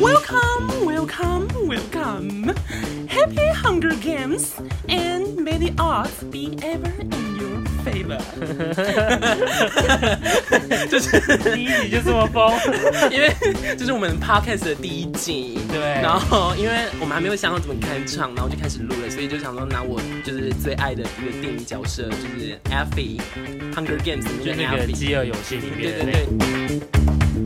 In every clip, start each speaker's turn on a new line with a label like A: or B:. A: Welcome, welcome, welcome. Happy Hunger Games and may the odds be ever in your favor. 就是
B: 第一集就这么 疯，
A: 因为这是我们 podcast 的第一集，
B: 对
A: 然后因为我们还没有想好怎么开场，然后就开始录了，所以就想说拿我就是最爱的一个电影角色，就是 Effie，《Hunger Games》里
B: 就
A: 面的
B: 那个
A: Effie。
B: 饥饿游戏里
A: 对
B: 面的
A: 对
B: 那个
A: 对。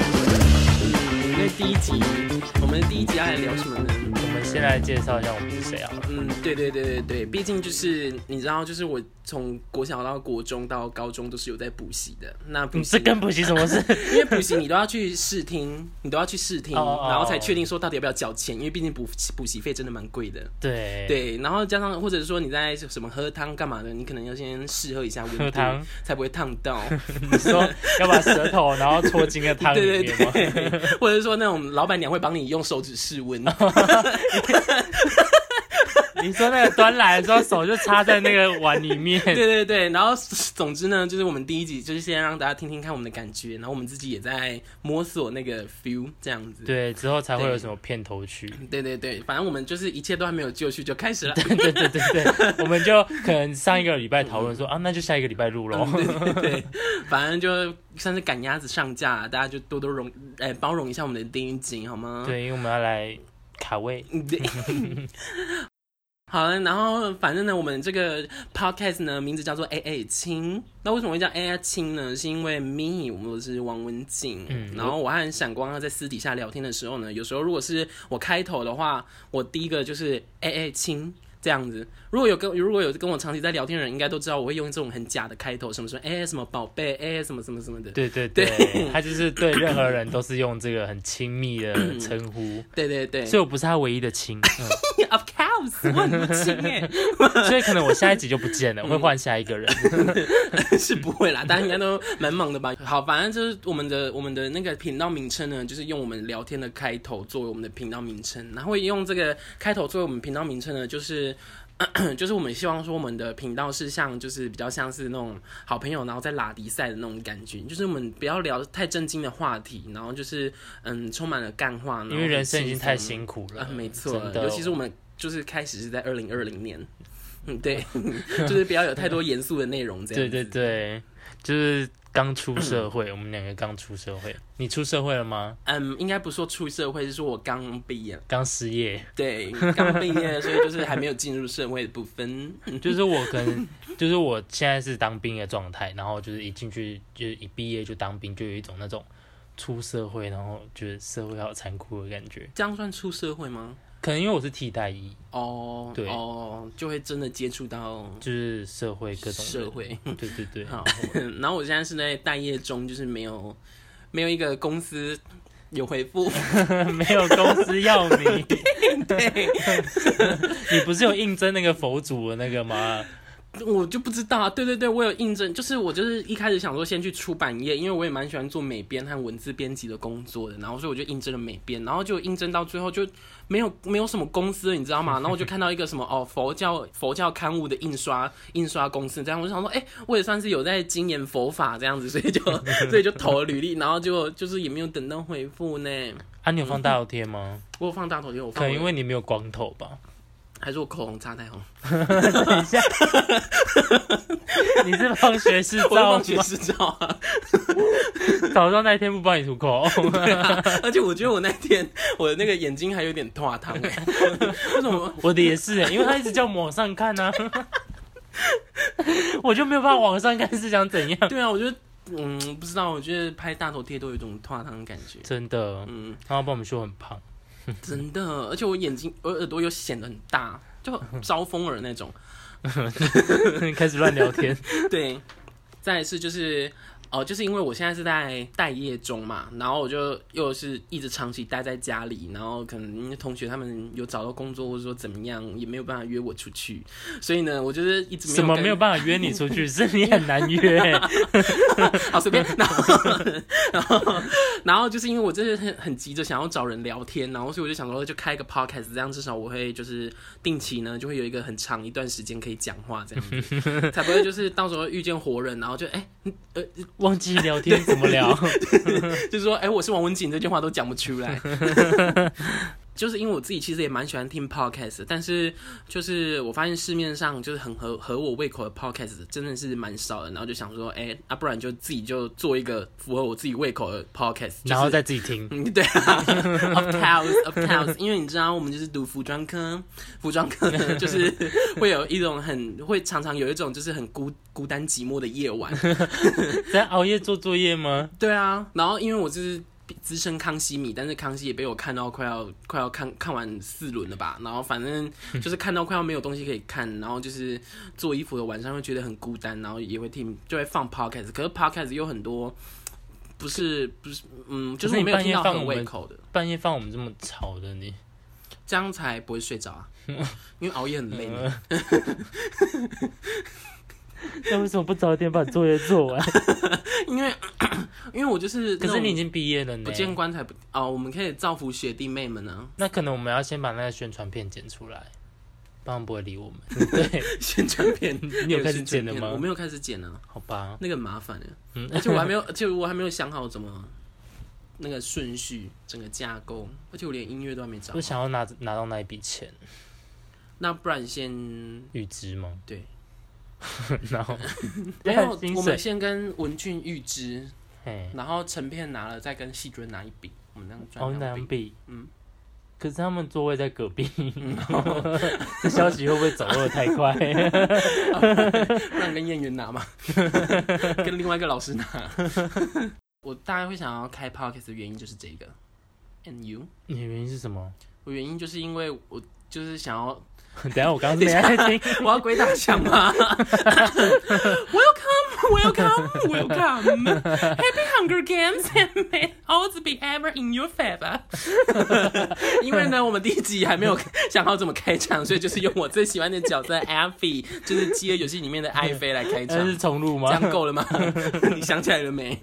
A: 嗯那第一集，我们的第一集要来聊什么呢？
B: 我们先来介绍一下我们是谁好了。
A: 嗯，对对对对对，毕竟就是你知道，就是我从国小到国中到高中都是有在补习的。那补
B: 你
A: 习
B: 是跟补习什么事？
A: 因为补习你都要去试听，你都要去试听，
B: 哦哦哦
A: 然后才确定说到底要不要缴钱，因为毕竟补补习费真的蛮贵的。
B: 对，
A: 对，然后加上或者是说你在什么喝汤干嘛的，你可能要先试喝一下温
B: 喝
A: 度
B: 汤，
A: 才不会烫 到。
B: 你说要把舌头然后戳进个汤
A: 对
B: 里
A: 对
B: 面吗？
A: 对，或者是说那种老板娘会帮你用手指试 温。
B: 你说那个端来的时候手就插在那个碗里面，
A: 对对对，然后总之呢，就是我们第一集就是先让大家听听看我们的感觉，然后我们自己也在摸索那个 feel 这样子。
B: 对，之后才会有什么片头曲。
A: 对对对，反正我们就是一切都还没有就绪就开始了。
B: 对 对对对对， 我们就可能上一个礼拜讨论说啊，那就下一个礼拜录喽。
A: 嗯对，反正就算是赶鸭子上架，大家就多多容哎、包容一下我们的第一集好吗？
B: 对，因为我们要来卡位，
A: 对。 好了，然后反正呢，我们这个 podcast 呢，名字叫做 A A 亲。那为什么会叫 A A 亲呢？是因为 me 我是王文静，
B: 嗯
A: 然后我和闪光他在私底下聊天的时候呢，有时候如果是我开头的话，我第一个就是 A A 亲这样子。如果有跟如果有跟我长期在聊天的人，应该都知道我会用这种很假的开头，什么什么 A 什么宝贝 A 什么什么什么的。
B: 对对对，他就是对任何人都是用这个很亲密的 称呼，
A: 对对对
B: 所以我不是他唯一的亲。嗯
A: ，Of course，我很不亲哎。
B: 所以可能我下一集就不见了，会换下一个人。
A: 是不会啦，大家应该都蛮忙的吧？好，反正就是我们的我们的那个频道名称呢，就是用我们聊天的开头作为我们的频道名称，然后会用这个开头作为我们频道名称呢，就是。 就是我们希望说，我们的频道是像，就是比较像是那种好朋友，然后在拉迪赛的那种感觉。就是我们不要聊太震惊的话题，然后就是嗯，充满了干话。然后
B: 因为人生已经太
A: 很轻松
B: 辛苦了，
A: 啊，没错
B: 真，的
A: 尤其是我们就是开始是在二零二零年，嗯， 对，就是不要有太多严肃的内容，这样
B: 对
A: 子
B: 对对，就是刚出社会，我们两个刚出社会。你出社会了吗？
A: 嗯，应该不说出社会，是说我刚毕业，
B: 刚失业，
A: 对， 刚毕业，所以就是还没有进入社会的部分。
B: 就是我可能，就是我现在是当兵的状态，然后就是一进去就是一毕业就当兵，就有一种那种出社会，然后觉得社会好残酷的感觉。
A: 这样算出社会吗？
B: 可能因为我是替代役，
A: 哦，
B: 对
A: 哦，就会真的接触到
B: 就是社会各种
A: 社
B: 人，
A: 会。
B: 对对对，
A: 好，然后我现在是在待业中，就是没有没有一个公司有回复。
B: 没有公司要你。
A: 对，
B: 你不是有应征那个佛祖的那个吗？
A: 我就不知道啊，对对对，我有印证，就是我就是一开始想说先去出版业，因为我也蛮喜欢做美编和文字编辑的工作的，然后所以我就应征了美编，然后就应征到最后就没有没有什么公司了，你知 道吗？然后我就看到一个什么哦佛教佛教刊物的印刷印刷公司，这样我就想说，哎、我也算是有在精研佛法这样子，所以就 所以就投了履历，然后就就是也没有等到回复呢。
B: 啊，你有放大头贴吗？
A: 我有放大头贴，我
B: 可
A: 放
B: 能因
A: 我
B: 为你没有光头吧。
A: 还是我口红擦太 红，
B: 你是放学士
A: 我
B: 照
A: 忘
B: 吗？
A: 记是照啊。
B: 早上那一天不帮你 涂口红，
A: 对啊，而且我觉得我那天我的那个眼睛还有点脱汤哎， 为什么？
B: 我的也是，欸因为他一直叫我们往上看呢、啊， 我就没有办法往上看是想怎样？
A: 对啊，我觉得嗯，不知道，我觉得拍大头贴都有一种脱汤的感觉。
B: 真的，
A: 嗯，
B: 他要帮我们说很胖，
A: 真的，而且我眼睛我耳朵又显得很大，就招风耳那种。
B: 开始乱聊天。
A: 对，再一次就是哦，就是因为我现在是在待业中嘛，然后我就又是一直长期待在家里，然后可能因为同学他们有找到工作或者说怎么样，也没有办法约我出去，所以呢，我就是一直 没有
B: 什么
A: 跟
B: 没有办法约你出去，是你很难约。欸
A: 好随便，然后然后然后就是因为我真的很很急着想要找人聊天，然后所以我就想说就开一个 podcast，这样至少我会就是定期呢就会有一个很长一段时间可以讲话这样子，才不会就是到时候遇见活人，然后就哎、
B: 忘记聊天怎么聊？
A: 就是说哎、我是王文景这句话都讲不出来。就是因为我自己其实也蛮喜欢听 podcast，的但是就是我发现市面上就是很合合我胃口的 podcast 真的是蛮少的，然后就想说，哎、啊，不然就自己就做一个符合我自己胃口的 podcast，、就是、
B: 然后再自己听。
A: 嗯， 对啊，of course of course，因为你知道我们就是读服装科，服装 科呢就是会有一种很会常常有一种就是很孤孤单寂寞的夜 晚，
B: 在熬夜做作业吗？
A: 对啊，然后因为我就是资深康熙迷，但是康熙也被我看到快要快要看看完四轮了吧，然后反正就是看到快要没有东西可以看，然后就是做衣服的晚上会觉得很孤单，然后也会听就会放 podcast，可是 podcast 有很多。不是不是，嗯，就是
B: 可是
A: 我
B: 你
A: 没有
B: 半
A: 听
B: 夜
A: 到
B: 放
A: 很
B: 我
A: 胃
B: 们
A: 口的。
B: 半夜放我们这么吵的你，
A: 这样才不会睡 着啊，因为熬夜很累嘛。
B: 嗯那为什么不早点把作业做完？
A: 因为 因为我就是那
B: 嗯可
A: 种
B: 是你已经毕业了呢
A: 不。见棺材不啊、我们可以造福学弟妹们啊呢、
B: 那可能我们要先把那个宣传片剪出来，不然不会理我 们。对，
A: 宣传 片，
B: 你有开始
A: 宣传
B: 剪了
A: 片我
B: 吗？
A: 没有开始剪啊，
B: 好吧，
A: 那个很麻烦的，
B: 嗯
A: 而且我还 没有，而且我还没有想好怎么那个顺序，整个架构，而且我连音乐都还没找
B: 我。想要拿拿到那一笔钱，
A: 那不然先
B: 预支吗？
A: 对，
B: 然后
A: 没有
B: 薪，
A: 我
B: 水
A: 们先跟文俊预支，
B: 嘿，
A: 然后成片拿了，再跟细菌拿一笔，我们那样
B: 好
A: 赚两
B: 难
A: 笔。
B: 比。
A: 嗯
B: 可是他们座位在隔壁， 这消息会不会走漏得太 快？
A: 不然跟演员拿嘛，跟另外一个老师拿。 我大概会想要开 podcast 的原因就是这个。And you？
B: 你的原因是什么？
A: 我原因就是因为我就是想要，
B: 等一下我刚刚没在听，
A: 我要鬼打墙嘛。welcome, welcome, welcome. Happy Hunger Games and may odds be ever in your favor. 因为呢，我们第一集还没有想好怎么开场，所以就是用我最喜欢的角色 Effie，就是《饥饿游戏》里面的艾菲来开
B: 那
A: 场
B: 是。重录
A: 这
B: 吗？
A: 样够 了吗？你想起来了没？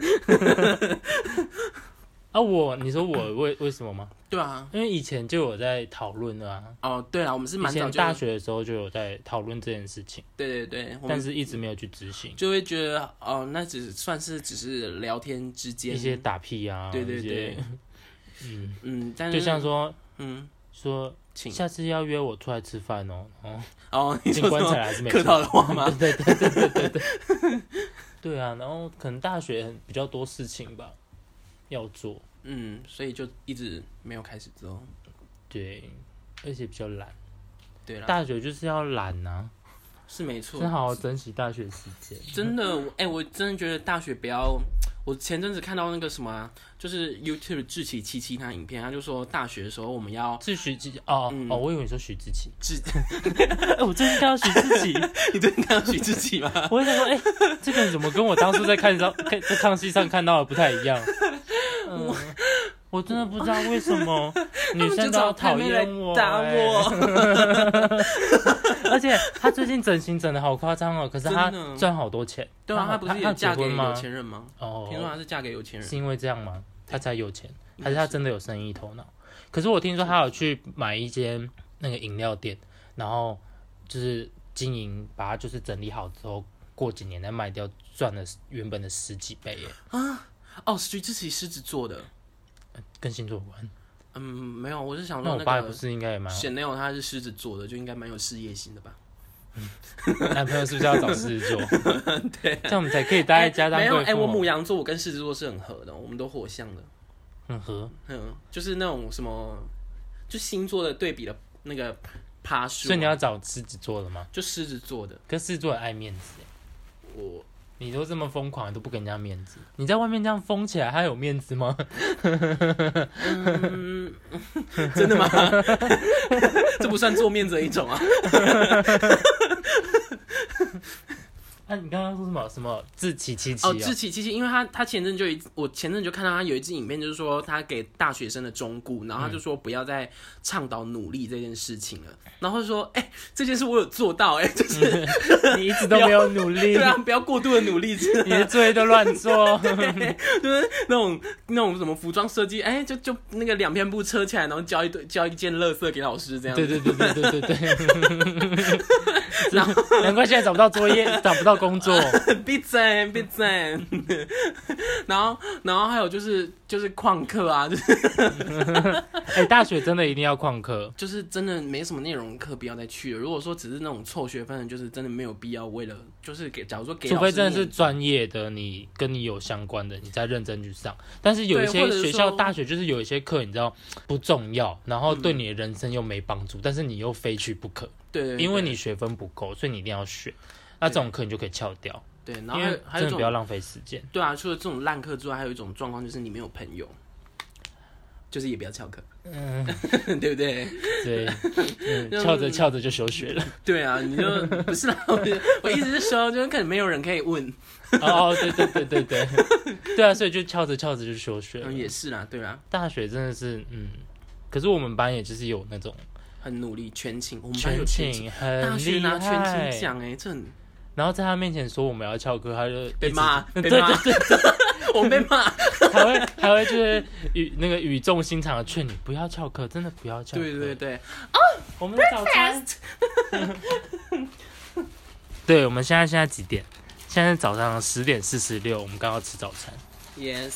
B: 啊，我你说我为为什么吗？
A: 对啊，
B: 因为以前就有在讨论了啊，
A: 哦，对了，我们是
B: 以
A: 蛮早
B: 前
A: 就
B: 大，学的时候就有在讨论这件事情，
A: 对对对，我
B: 但
A: 们
B: 是一直没有去执行
A: 就会觉得哦，那只算是只是聊天之间
B: 一些，打屁啊，
A: 对对
B: 一些
A: 对，
B: 嗯，
A: 嗯，但是
B: 就像说
A: 嗯，
B: 说
A: 请
B: 下次要约我出来吃饭哦，哦，
A: 哦， 你
B: 进
A: 说
B: 棺
A: 什
B: 材
A: 么
B: 还是没
A: 客
B: 吃
A: 套的话吗？
B: 对对对对对对。对啊，然后可能大学很比较多事情吧，要做，
A: 嗯，所以就一直没有开始做。
B: 对，而且比较懒。啊
A: 对啦，
B: 大学就是要懒呐、
A: 是没
B: 啊，
A: 错
B: 先，好好珍惜大学时间。
A: 真的，我哎、我真的觉得大学不要。我前阵子看到那个什么啊、就是 YouTube 志奇七七他影片，他就说大学的时候我们要
B: 是许志哦、
A: 嗯
B: 哦，我以为你说许志奇。
A: 志，
B: 哎、 我最近看到许志 奇，
A: 你最近看到许志奇吗？
B: 我想说，哎、这个人怎么跟我当初在看 上看在康熙上看到的不太一样？嗯， 我真的不知道为什 么女生都要讨厌我、
A: 打
B: 哎
A: 我。
B: 而且他最近整形整的好夸张哦，可是他
A: 真的
B: 赚好多钱。
A: 对啊，她不是
B: 他
A: 也
B: 结
A: 嫁给
B: 婚吗
A: 有？钱人吗？听说
B: 哦，
A: 她是嫁给有钱人
B: 是因为这样吗？他才有钱，
A: 嗯应
B: 还
A: 该
B: 是他真的有生意头脑？可是我听说他有去买一间那个饮料店，然后就是经营，把它就是整理好之后，过几年再卖掉，赚了原本的十几倍耶，
A: 哦，徐志奇狮子座的。
B: 跟星座有关。
A: 嗯，没有，我是想
B: 那
A: 说
B: 我
A: 那
B: 爸也不
A: 个
B: 是应该也蛮 好？
A: 显 l 他是狮子座的，就应该蛮有事业心的吧？
B: 男朋友是不是要找狮子座？ 对，这样我们才可以待在家当
A: 没有，
B: 贵
A: 哎、
B: 妇。哦
A: 我母羊座，我跟狮子座是很合的，我们都火象的，
B: 很合，
A: 嗯，就是那种什么，就星座的对比的那个爬树
B: 所以，你要找狮子座了吗？
A: 就狮子座的，
B: 可是狮子座很爱面子耶。
A: 我
B: 你都这么疯狂，都不给人家面子，你在外面这样疯起来，他有面子吗？
A: 真的吗？ 这不算做面子的一种啊。
B: 啊，你刚刚说什么什么自欺欺欺
A: 哦，
B: 哦
A: 志奇其实因为他他前阵就一我前阵就看到他有一支影片，就是说他给大学生的忠告，然后他就说不要再倡导努力这件事情了，然后就说哎、这件事我有做到哎、 就是
B: 你一直都没有努力
A: 对，啊，不要过度的努力之类的
B: 你的作业都乱 做。
A: 就是那种那种什么服装设计，哎、就就那个两片布车起来，然后交一堆交一件垃圾给老师这样。
B: 对对对对对对对。 然后难怪现在找不到作业，找不到 工作。
A: 闭嘴闭嘴。 然后然后还有就是就是旷课啊，就是
B: 哎、大学真的一定要旷课。
A: 就是真的没什么内容课，不要再去了。如果说只是那种凑学分的，就是真的没有必要为了就是给，假如说给老
B: 除
A: 师
B: 非真的是
A: 念
B: 专业的，你跟你有相关的，你再认真去上。但是有一
A: 对
B: 些
A: 或者是
B: 学校、
A: 说嗯
B: 大学就是有一些课，你知道不重要，然后对你的人生又没帮助，但是你又非去不可，
A: 对对对
B: 因为你学分不够，所以你一定要选。那这种课你就可以翘掉，
A: 对，然后
B: 因
A: 还
B: 为
A: 有还有
B: 真
A: 一
B: 的不要
A: 种
B: 浪费时 间。
A: 对啊，除了这种烂课之外，还有一种状况就是你没有朋友，就是也不要翘课，
B: 嗯，
A: 对不对？
B: 对，嗯翘着翘着就休学了。
A: 对啊，你就不是啦， 我我意思是说，就是可能没有人可以问，
B: 哦，哦，对对对对对，对 啊，所以就翘着翘着就休学了
A: 嗯，。也是啦，对啊，
B: 大学真的是，嗯，可是我们班也就是有那种
A: 很努力，全勤，哦我们班有
B: 全
A: 全勤，
B: 勤，很
A: 大学
B: 厉
A: 拿全
B: 害。
A: 勤奖哎，这很
B: 然后在他面前说我们要翘课，他就
A: 被
B: 一直
A: 骂
B: 对
A: 被
B: 对
A: 骂
B: 对，
A: 我被骂，
B: 还会还会就是语那个语重心长的劝你不要翘课，真的不要翘课。
A: 对 对对，
B: 我们的早餐。 对，我们现在现在几点？现在早上十点四十六，我们刚要吃早餐。
A: ，yes，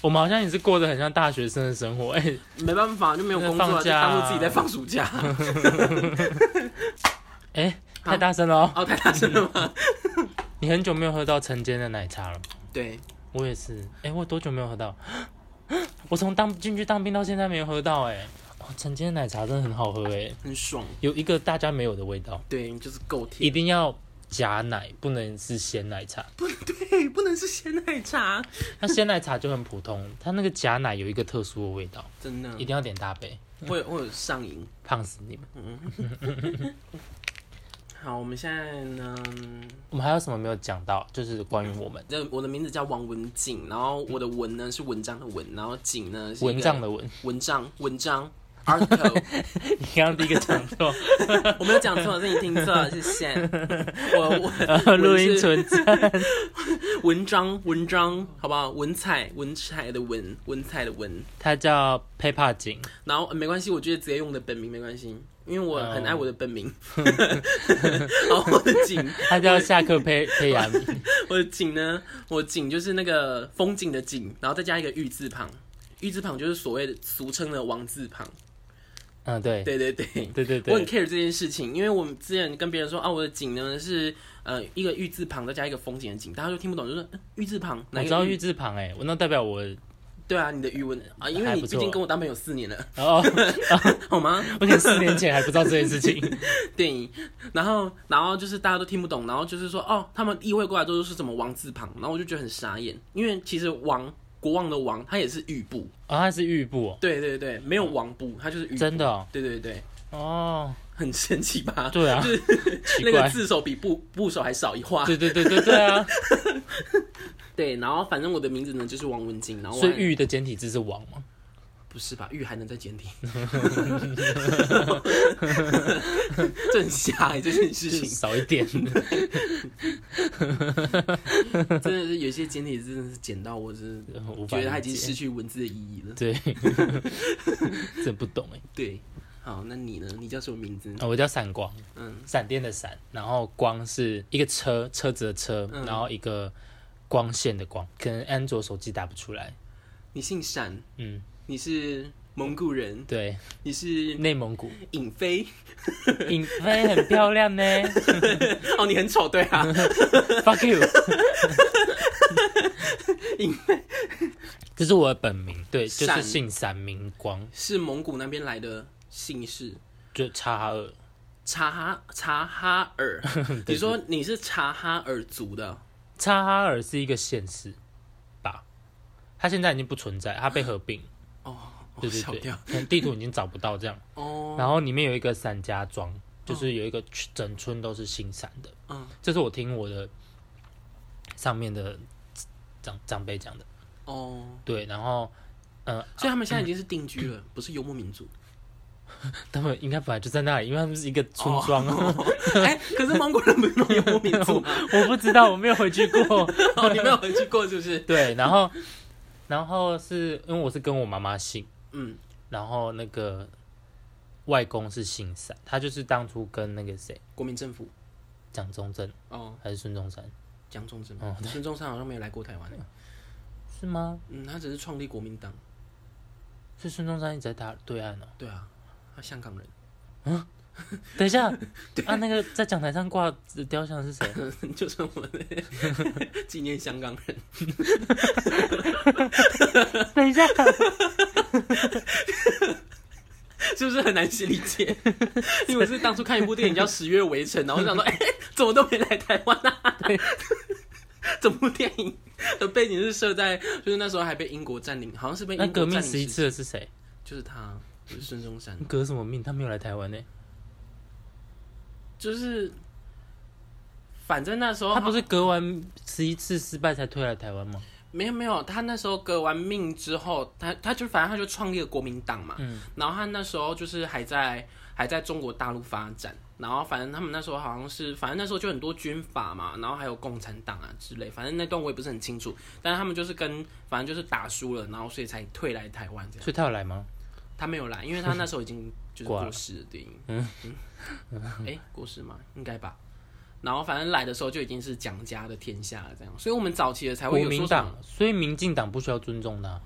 B: 我们好像也是过得很像大学生的生活，哎、
A: 没办法，就没有工作了，
B: 放
A: 就
B: 假啊
A: 当做自己在放暑 假，
B: 哎、太大声了、哦！
A: 哦，太大声了 吗？
B: 你很久没有喝到晨间的奶茶了吗？
A: 对，
B: 我也是，哎、我多久没有喝到？ 我从当进去当兵到现在没有喝到、哎，哦，晨间奶茶真的很好喝、哎，
A: 很爽，
B: 有一个大家没有的味道，
A: 对，就是够
B: 一
A: 甜，
B: 定要加奶，不能是鲜奶茶。
A: 对，不能是鲜奶茶，
B: 那鲜奶茶就很普通，它那个加奶有一个特殊的味道，
A: 真的
B: 一定要点大杯，
A: 会有会有上瘾。
B: 胖死你们！
A: 好，我们现在呢，
B: 我们还有什么没有讲到？就是关于我们
A: 这我的名字叫王文景，然后我的文呢是文章的文，然后景呢是一个
B: 蚊帐 的蚊，
A: 文章文章 article，
B: 你刚刚第一个讲错，
A: 我没有讲错，是你听错了，谢谢。我我
B: 录
A: 文
B: 音
A: 字
B: 存在。
A: 文章文章好不好？文采文采的文文采的文，
B: 它叫 Peppa 井，
A: 然后呃没关系，我觉得直接用我的本名没关系，因为我很爱我
B: 哦
A: 的本名。 然后我的景，
B: 它叫下课佩佩亚 米。
A: 我的景呢，我的景就是那个风景的景，然后再加一个玉字旁，玉字旁就是所谓的俗称的王字旁。
B: 嗯，对，
A: 对对对。
B: 对对
A: 我很
B: 对，
A: care 这件事情，因为我们之前跟别人说啊，我的景呢是呃一个玉字旁再加一个风景的景，大家就听不懂，就是、嗯玉字旁哪个
B: 我知道
A: 玉
B: 玉字旁哎，我那代表我
A: 对啊，你的语文啊，因为
B: 还
A: 你
B: 不
A: 毕
B: 错
A: 竟跟我当朋友四年了，
B: 哦，
A: 好吗？
B: 我可能四年前还不知道这件事情。
A: 对， 然后然后就是大家都听不懂，然后就是说哦，他们意会过来都是什么王字旁，然后我就觉得很傻眼，因为其实王国王的王，它也是玉部，
B: 哦，它是玉部哦，
A: 对对对，没有王部，它就是玉部，
B: 真的哦，
A: 对对对，
B: 哦，
A: 很神奇 吧？
B: 对啊，奇
A: 那个
B: 怪，
A: 字首比部部首还少一画，
B: 对对对对对啊，
A: 对，然后反正我的名字呢就是王文静，然后我
B: 所以
A: 还
B: 玉的简体字是王嘛，
A: 不是吧？玉还能再简 体，这很瞎欸这件事
B: 就是
A: 情。
B: 少一点。
A: 真的是有些简体字真的是简到我是
B: 无法
A: 觉得它已
B: 理
A: 经
B: 解
A: 失去文字的意义了。
B: 对， 真不懂哎、
A: 对，好，那你呢？你叫什么名字？
B: 啊我叫闪光，
A: 嗯，
B: 闪电的闪，然后光是一个车车子的车，
A: 嗯
B: 然后一个光线的光，可能安卓手机打不出来。
A: 你姓闪，
B: 嗯，
A: 你是蒙古人，
B: 对，
A: 你是
B: 内蒙 古
A: 尹飞。
B: 影飞很漂亮呢
A: 哦，你很丑，对啊。
B: ，fuck you
A: 影。
B: 这是我的本名，对，就是
A: 闪
B: 姓闪明光，
A: 是蒙古那边来的姓氏，
B: 就差二，
A: 察哈察哈尔。 你说你是察哈尔族的，
B: 差哈尔是一个县市吧？它现在已经不存在，它被合并。
A: 我
B: 对对
A: 哦笑
B: 对，
A: 掉。
B: 可能地图已经找不到这样。
A: 哦，
B: 然后里面有一个散家庄，就是有一个区整村都是姓散的。
A: 嗯，
B: 这是我听我的上面的长长辈讲的，
A: 哦，
B: 对，然后呃，
A: 所以他们现在已经是定居了，不是游牧 民族。
B: 他们应该本来就在那里，因为他们是一个村庄，
A: 哎、可是蒙古人不是那种游牧民族吗，
B: 我不知道，我没有回去过，
A: 哦，你没有回去过是不是？
B: 对，然后然后是因为我是跟我妈妈姓，
A: 嗯，
B: 然后那个外公是姓散，他就是当初跟那个谁
A: 国民政府。
B: 蒋中正
A: 哦，
B: 还是孙中山
A: 江中正
B: 哦，
A: 孙中山好像没有来过台湾欸
B: 是吗？
A: 嗯，他只是创立国民党。
B: 是孙中山一直在打对岸哦。
A: 对啊，他香港人。
B: 等一 下啊，那个在讲台上挂的雕像是谁？
A: 就是我们的 纪念香港人，
B: 等一下，
A: 是不是很难去理解？ 因为我是当初看一部电影叫《十月围城》，然后我想说，哎、 怎么都没来台湾啊？ 整部电影的背景是设在，就是那时候还被英国占领，好像是被英
B: 那
A: 国
B: 革命
A: 占领
B: 十一
A: 时期，
B: 次的是谁？
A: 就是他，就是孙中山，
B: 你革什么命？他没有来台湾呢、
A: 就是反正那时候
B: 他不是革完十一次失败才退来台湾吗？
A: 没有没有，他那时候革完命之后，他他就反正他就创立了国民党嘛，
B: 嗯
A: 然后他那时候就是还在还在中国大陆发展，然后反正他们那时候好像是，反正那时候就很多军阀嘛，然后还有共产党啊之类，反正那段我也不是很清楚，但是他们就是跟反正就是打输了，然后所以才退来台湾这样，
B: 所以他有来吗？
A: 他没有来，因为他那时候已经就是
B: 挂了
A: 过世了，对，嗯，哎、过世吗？应该吧。然后反正来的时候就已经是蒋家的天下了，这样，所哎以我们早期的才
B: 国
A: 会有说
B: 民
A: 什么
B: 党，所以民进党不需要尊重他。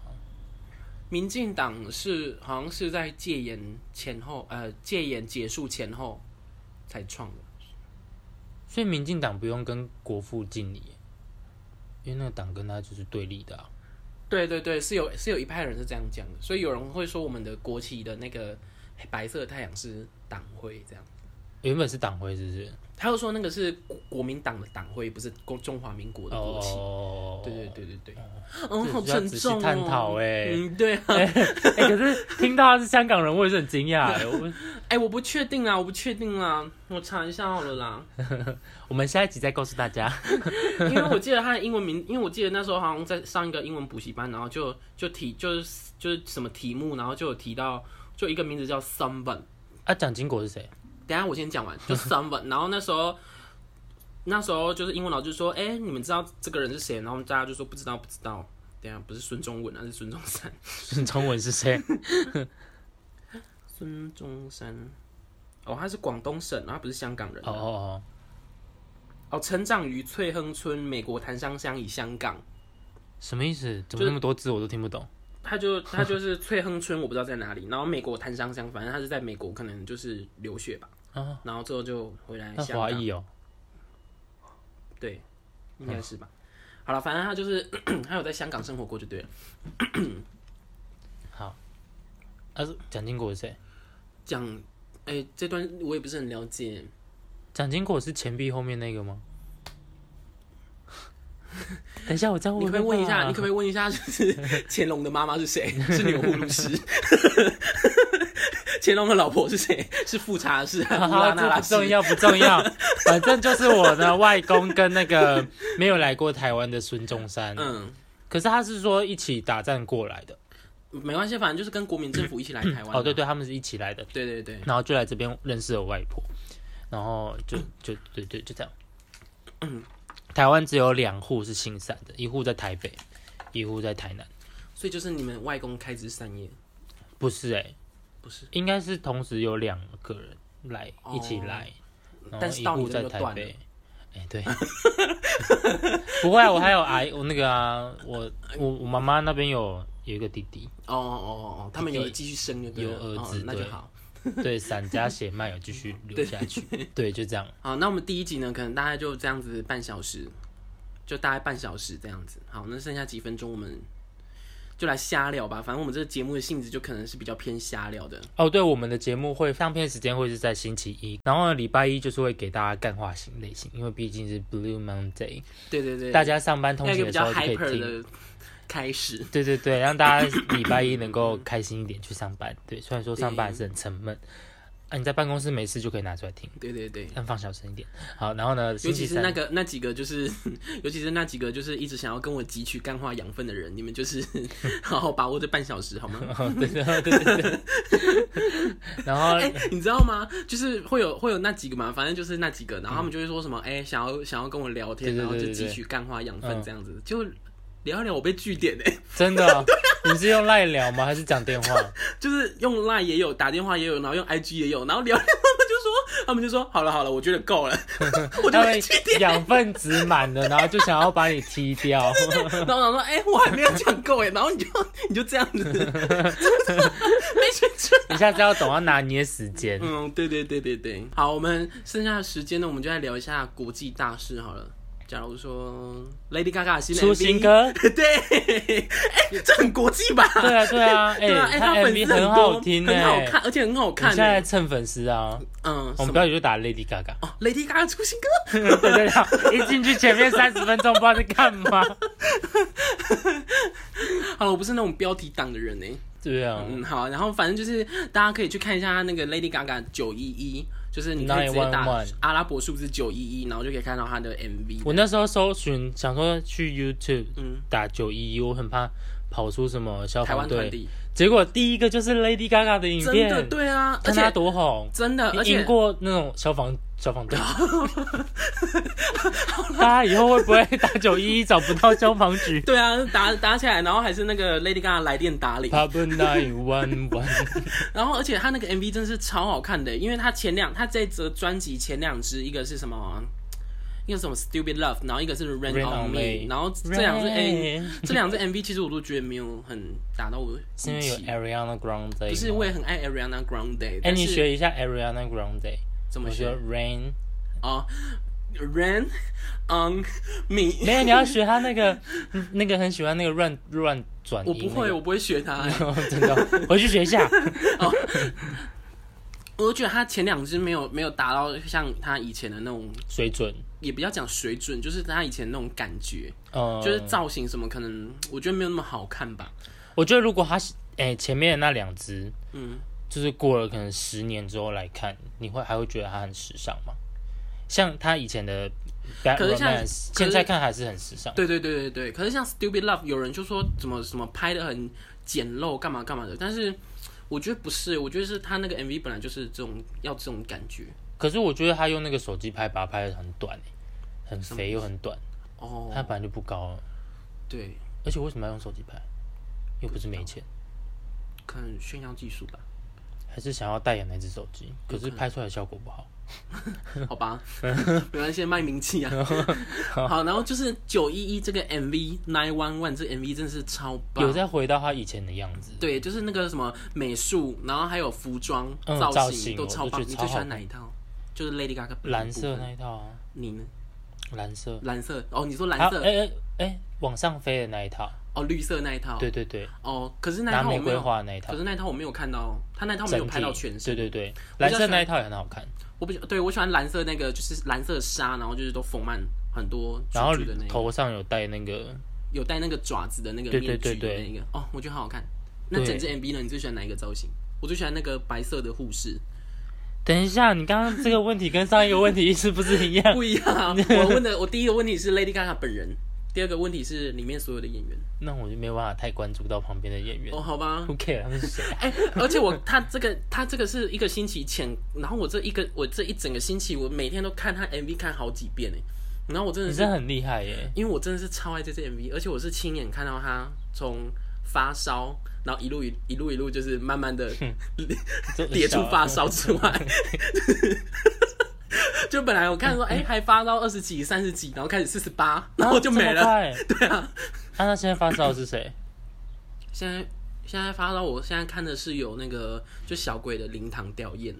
A: 民进党是好像是在戒严前后，呃，戒严结束前后才创的。
B: 所以民进党不用跟国父敬礼，因为那个党跟他就是对立的、啊。
A: 对对对，是有是有一派人是这样讲的，所以有人会说我们的国旗的那个白色的太阳是党徽这样，
B: 原本是党徽，是不是？
A: 他又说那个是国国民党的党徽，不是中中华民国的国旗。
B: 哦
A: 对对对对对，
B: 这
A: 嗯，
B: 需要
A: 好沉
B: 仔细
A: 重哦。
B: 探讨欸
A: 嗯，对啊，
B: 哎、可是听到他是香港人，我也是很惊讶、欸。我
A: 哎，我不确定啦，我不确定啦，我查一下好了啦。
B: 我们下一集再告诉大家。
A: 因为我记得他的英文名，因为我记得那时候好像在上一个英文补习班，然后就就提就是就是什么题目，然后就有提到就一个名字叫 someone。
B: 啊，蒋经国 是谁？
A: 等一下我先讲完，就 someone。然后那时候那时候就是英文老师就说：“哎、你们知道这个人是谁？”然后大家就说：“不知道，不知道。”等一下不是孙中文啊，是孙中山。
B: 中文是谁？
A: 孙中山，哦，他是广东省，然后他不是香港人
B: 哦
A: 啊、
B: 哦
A: 哦，成长于翠亨村美国檀香乡以香港。
B: 哦，什么意思？
A: 就
B: 怎么
A: 是
B: 那么多字我都听不懂？
A: 他就他就是翠亨村，我不知道在哪里。然后美国檀香乡，反正他是在美国，可能就是留学吧。
B: 啊
A: 然后之后就回来
B: 那
A: 香
B: 华
A: 港，
B: 裔哦，
A: 对，应该是吧。好了，反正他就是 他有在香港生活过就对了。
B: 啊，是蒋经国是谁？
A: 讲，哎、这段我也不是很了解。
B: 蒋经国是钱币后面那个吗？ 等一下，我再问。啊
A: 你可不可以问一下？你可不可以问一下， 就是乾隆的妈妈是谁？是钮祜禄氏。 乾隆的老婆是谁？是富察氏还是乌拉
B: 好，
A: 那
B: 这
A: 拉
B: 不
A: 氏？
B: 重要，不 重要。反正就是我的外公跟那个 没有来过台湾的孙中山，
A: 嗯，
B: 可是他是说一起打战过来的。
A: 没关系，反正就是跟国民政府一起来台湾啊。
B: 哦，对对，他们是一起来的，
A: 对对对。
B: 然后就来这边认识了外婆，然后就就对对就这样。台湾只有两户是姓散的，一户在台北，一户在台南。
A: 所以就是你们外公开枝散叶，
B: 不是哎、
A: 不是？
B: 应该是同时有两个人来一起来，
A: 哦
B: 然
A: 但
B: 后
A: 是
B: 一
A: 到你
B: 户
A: 这
B: 在
A: 就
B: 台
A: 断了
B: 北。哎、对， 不会、啊，我还有阿姨，我那个啊，我我我妈妈那边有有一个弟弟，
A: 哦哦哦哦，他们有继续生就对了，
B: 有儿子
A: 哦那就
B: 对
A: 好。
B: 对，散家血脉有继续流下 去，对，就这样。
A: 好，那我们第一集呢，可能大概就这样子半小时，就大概半小时这样子。好，那剩下几分钟我们就来瞎聊吧。反正我们这个节目的性质就可能是比较偏瞎聊的。
B: 哦，对，我们的节目会上片时间会是在星期一，然后呢礼拜一就是会给大家干化型类型，因为毕竟是 Blue Monday，
A: 对对对，
B: 大家上班通
A: 要一
B: 勤
A: 个比
B: 的时
A: 较
B: 候就可以
A: hyper
B: 听。
A: 的开始。
B: 对对对，让大家礼拜一能够开心一点去上班。对，虽然说上班还是很沉闷，啊，你在办公室没事就可以拿出来听，
A: 对对对。
B: 但放小声一点。好，然后呢，
A: 尤
B: 星期
A: 其是
B: 三
A: 那个那几个，就是 尤其是那几个，就是一直想要跟我汲取干化养分的人，你们就是 好好把握这半小时好吗？
B: 哦对 对对对对，然后
A: 哎、 你知道吗？就是会有会有那几个嘛，反正就是那几个，然后他们就会说什么，哎、想要想要跟我聊天，
B: 嗯对对
A: 然后就
B: 对对
A: 汲取干化养分
B: 嗯
A: 这样子，就聊一聊我被据点哎、
B: 真的哦，你是用赖聊吗？还是讲电话？
A: 就是用 line 也有，打电话也有，然后用 IG 也有，然后聊一聊他们就说，他们就说好了好了，我觉得够 了， 我就
B: 他
A: 被
B: 们
A: 据点，
B: 养分值满了，然后就想要把你踢 掉。
A: 然后我想说，哎、我还没有讲够哎，然后你就你就这样 子， 没水准。
B: 你下次要懂要拿捏时间。
A: 嗯，对对对对对。好，我们剩下的时间呢，我们就来聊一下国际大事好了。假如说 Lady Gaga 的新的 MV
B: 出新，歌，
A: 对，哎、这很国际吧？
B: 对啊对啊，哎、
A: 对啊，哎、
B: 他
A: 粉
B: MV
A: 丝很
B: 好
A: 多，
B: 听呢、
A: 很好看，而且很好
B: 你
A: 看、哎
B: 现在蹭粉丝啊，
A: 嗯，
B: 我
A: 什
B: 们
A: 么？
B: 标题就打 Lady Gaga。
A: 哦，Lady Gaga 出新歌，
B: 对对对，一进去前面三十分钟不知道在干嘛。
A: 好了，我不是那种标题党的人呢、
B: 对啊，
A: 嗯，好，然后反正就是大家可以去看一下那个 Lady Gaga 九一一，就是你可以直接打
B: 911
A: 阿拉伯数字九一一，然后就可以看到她的 MV。
B: 我那时候搜寻想说去 YouTube
A: 嗯，
B: 打九一一，我很怕跑出什么消
A: 台
B: 防
A: 湾团
B: 队，
A: 体
B: 结果第一个就是 Lady Gaga 的影
A: 真的
B: 片，
A: 对啊，而
B: 看她
A: 且
B: 多红，
A: 真 的，而且
B: 赢过那种消防消 防队。大家以后会不会打九一一找不到消防局？
A: 对啊，打打起来，然后还是那个 Lady Gaga 来电打铃，
B: Pub Nine One One，
A: 然后而且他那个 MV 真是超好看的，因为他前两他这则专辑前两支，一个是什么，一个是什么 Stupid Love，然后一个是 Rain
B: Rain
A: on
B: on
A: Me，
B: Me
A: 然后这两支 M，
B: Rain
A: 这两支 MV 其实我都觉得没有很打到我的
B: 是因
A: 心情，
B: 为有 Ariana Grande，
A: 不是我也很爱 Ariana Grande，
B: 哎，
A: 但
B: 你
A: 是
B: 学一下 Ariana Grande，
A: 怎么
B: 我学
A: 学
B: Rain，
A: 哦 Rain on Me，
B: 没有，你要学他那个 那个很喜欢那个乱乱转
A: 我
B: 音，
A: 不会，我不会学他、哎
B: 那个， 真的哦回去学一下。
A: 我觉得他前两支没有没有达到像他以前的那种
B: 水准，
A: 也不要讲水准，就是他以前那种感觉，
B: 呃，
A: 就是造型什么，可能我觉得没有那么好看吧。
B: 我觉得如果他是哎、前面的那两只，
A: 嗯，
B: 就是过了可能十年之后来看，你会还会觉得它很时尚吗？像他以前的 Bad
A: 可是像
B: Romance，
A: 可是
B: 现在看还是很时尚。
A: 对对对对对。可是像 Stupid Love，有人就说怎么什么拍的很简陋，干嘛干嘛的，但是我觉得不是，我觉得是他那个 MV 本来就是这种要这种感觉。
B: 可是我觉得他用那个手机拍，把它拍的很短、欸很肥又很短，
A: 哦，
B: 它本来就不高了。
A: 对，
B: 而且为什么要用手机拍？又不是没钱，
A: 哦可能炫耀技术吧，
B: 还是想要代言那只手机，可是拍出来的效果不好。
A: 好吧，没关系，卖名气啊。好，然后就是九一一这个 MV Nine One One 这个 MV 真的是超棒，
B: 有再回到他以前的样子。
A: 对，就是那个什么美术，然后还有服装、
B: 嗯
A: 造
B: 造
A: 型
B: 型
A: 都
B: 我
A: 超
B: 都
A: 棒。
B: 觉得
A: 你
B: 超
A: 最喜
B: 好
A: 欢哪一套？就是 Lady Gaga 本
B: 蓝
A: 部
B: 色
A: 分
B: 那一套啊，
A: 你呢？
B: 蓝色，
A: 蓝色哦，你说
B: 还
A: 蓝
B: 有
A: 色、
B: 哎哎哎，往上飞的那一套，
A: 哦，绿色那一套
B: 对对对，
A: 哦，可是那
B: 拿
A: 一套我
B: 玫
A: 没
B: 瑰
A: 有，
B: 花的那一套
A: 可，是那一套我没有看到，他那一套没有
B: 整
A: 拍到
B: 体
A: 全，身。
B: 对对对，
A: 较
B: 蓝
A: 喜欢
B: 色那一套也很好看，
A: 我比较对我喜欢蓝色那个，就是蓝色纱，然后就是都缝满很多
B: 然后
A: 珠珠的那个，
B: 头上有戴那个，
A: 有戴那个爪子的那个
B: 对
A: 面具
B: 对
A: 的
B: 对
A: 那
B: 对
A: 个哦，我觉得好好看。那
B: 对
A: 整支 MV 呢？你最喜欢哪一个造型？我最喜欢那个白色的护士，
B: 等一下，你刚刚这个问题跟上一个问题是不是一样？
A: 不一样啊。我问的，我第一个问题是 Lady Gaga 本人，第二个问题是里面所有的演员。
B: 那我就没办法太关注到旁边的演员
A: 哦，好吧。
B: ，Who care 他们是谁？
A: 哎、而且我他这个他这个是一个星期前，然后我这一个我这一整个星期，我每天都看他 MV 看好几遍哎，然后我真
B: 你
A: 的
B: 真
A: 是，
B: 的很厉害 耶！
A: 因为我真的是超爱这支 MV，而且我是亲眼看到他从发烧，然后一路一一路一路就是慢慢 的
B: 这
A: 跌出发烧之外， 就本来我看说
B: 嗯
A: 哎、还发到二十几三十几，然后开始四十八，然后就没了，
B: 啊这么快
A: 对啊，
B: 啊，那现在发烧的是谁？
A: 现在现在发到我现在看的是有那个就小鬼的灵堂吊唁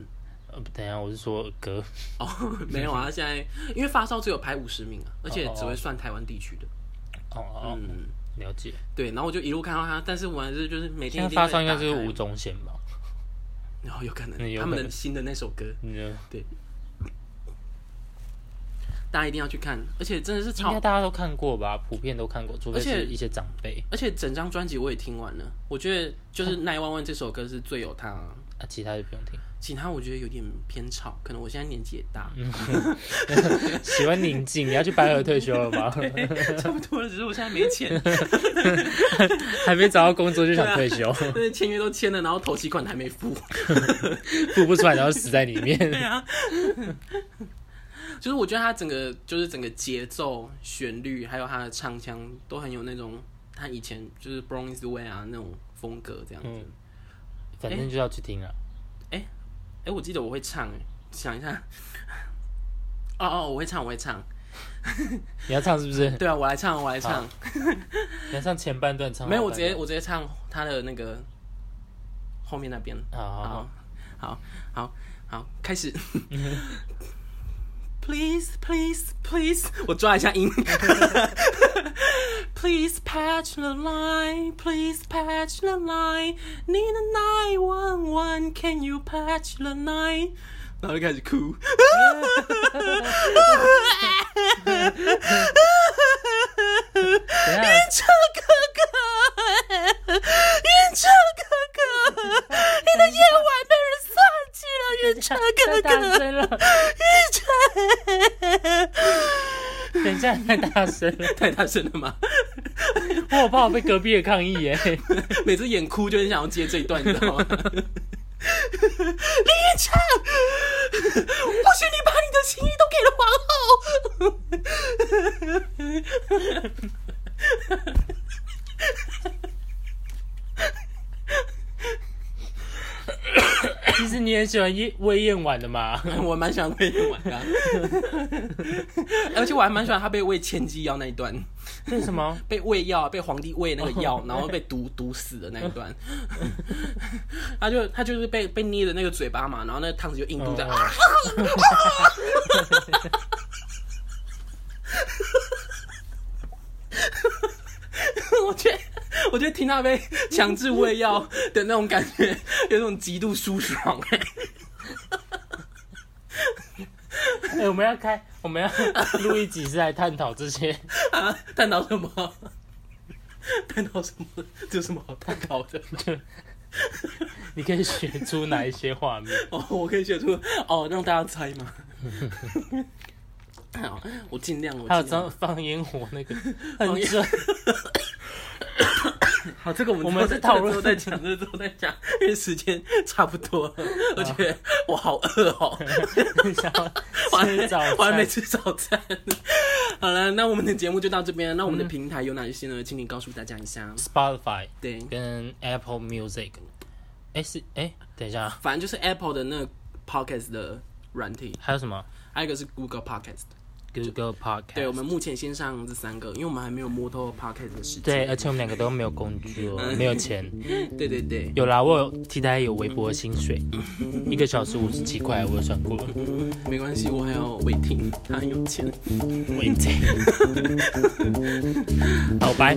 B: 呃，等一下，我是说哥，
A: 哦， 没有啊，现在因为发烧只有排五十名啊，而且
B: 哦哦
A: 只会算台湾地区的，
B: 哦哦，
A: 嗯，
B: 了解。
A: 对，然后我就一路看到他，但是我还是就是每
B: 现
A: 天
B: 在
A: 一定
B: 发
A: 会
B: 烧应该
A: 打
B: 就是
A: 开
B: 吴，宗宪吧？
A: 然后有可能
B: 嗯有
A: 他
B: 可
A: 们的
B: 能
A: 新的那首歌，
B: 你觉得
A: 大家一定要去看，而且真的是
B: 应该
A: 超，
B: 大家都看过吧？普遍都看过，除非
A: 而且
B: 是一些长辈。
A: 而且整
B: 嗯
A: 张专辑我也听完了，我觉得就是《奈万万》这首歌是最有他，
B: 啊，其他就不用听。
A: 吉他我觉得有点偏吵，可能我现在年纪也大，
B: 嗯喜欢宁静，你要去白河退休了吗？
A: 差不多了，只是我现在没 钱，
B: 还没找到工作就想
A: 啊
B: 退休，
A: 那签约都签了，然后头期款还没付。
B: 付不出来然后死在里面。
A: 对啊，就是我觉得他整个就是整个节奏、旋律，还有他的唱腔都很有那种他以前就是 Brown is the way 啊那种风格这样子。哎、
B: 嗯反正就要去听了。
A: 我记得我会唱、哎，想一下。哦哦，我会唱，我会唱。
B: 你要唱是不是？
A: 对啊，我来唱，我来唱。
B: 你要唱前半段，唱后
A: 没有，我直
B: 半
A: 接
B: 段
A: 我直接唱他的那个后面那边。
B: 好好好嗯
A: 好，好，好，好，开始。please, please, please，我抓一下音。please patch the line, please patch the line. Need a nine one one, can you patch the line？然后就开始哭。
B: 等一下
A: 云超哥哥，云超哥哥，你的夜晚被人算计了，云超哥
B: 太大
A: 哥，
B: 声了，
A: 云
B: 等一下太大声了，
A: 超，太大声了吗？
B: 我好怕我被隔壁的抗议耶。
A: 每次演哭就很想要接这一段，你知 道吗？林超，或许你把你的心意都给了皇后。
B: 其实你也喜欢夜魏燕婉的嘛？
A: 我蛮喜欢魏延婉的啊、 而且我还蛮喜欢他被喂千机药那一段，
B: 这是什么？
A: 被喂药，被皇帝喂那个药，然后被毒毒死的那一段。 他就他就是被被捏的那个嘴巴嘛，然后那个汤匙就硬度在、
B: 嗯
A: 啊， 我觉得我觉得听他被强制喂药的那种感觉，有种极度舒爽、欸。
B: 哎、我们要开，我们要录一集是来探讨这些，
A: 啊，探讨什么？探讨什么？这有什么好探讨的？
B: 你可以学出哪一些画面？
A: 哦，我可以写出哦，让大家猜吗？ 好，我尽量，我
B: 还有
A: 尽量
B: 张。放烟火那个，
A: 啊放
B: 很
A: 烟
B: 准。
A: 好，这个我们
B: 我们
A: 之后
B: 是讨论
A: 这个之后再讲，这个之后再讲，因为时间差不多了，而且我好饿哦，
B: 想
A: 我
B: 要
A: 还没
B: 吃早餐，
A: 我还没吃早餐。 好了，那我们的节目就到这边。那我们的平台有哪一些呢？请你告诉大家一下。
B: Spotify
A: 对，
B: 跟 Apple Music。哎、是哎、等一下啊，
A: 反正就是 Apple 的那个 Podcast 的软体，
B: 还有什么
A: 还有一个是 Google Podcast。
B: Google Podcast？
A: 对，我们目前先上这三个，因为我们还没有摸透 podcast 的事情。
B: 对，而且我们两个都没有工作，
A: 嗯
B: 没有钱。
A: 对对对，
B: 有啦，我有替代有微薄的薪水，一个小时五十七块，我有算过。
A: 没关系，我还有伟霆，他很有钱。
B: 我已经，好拜。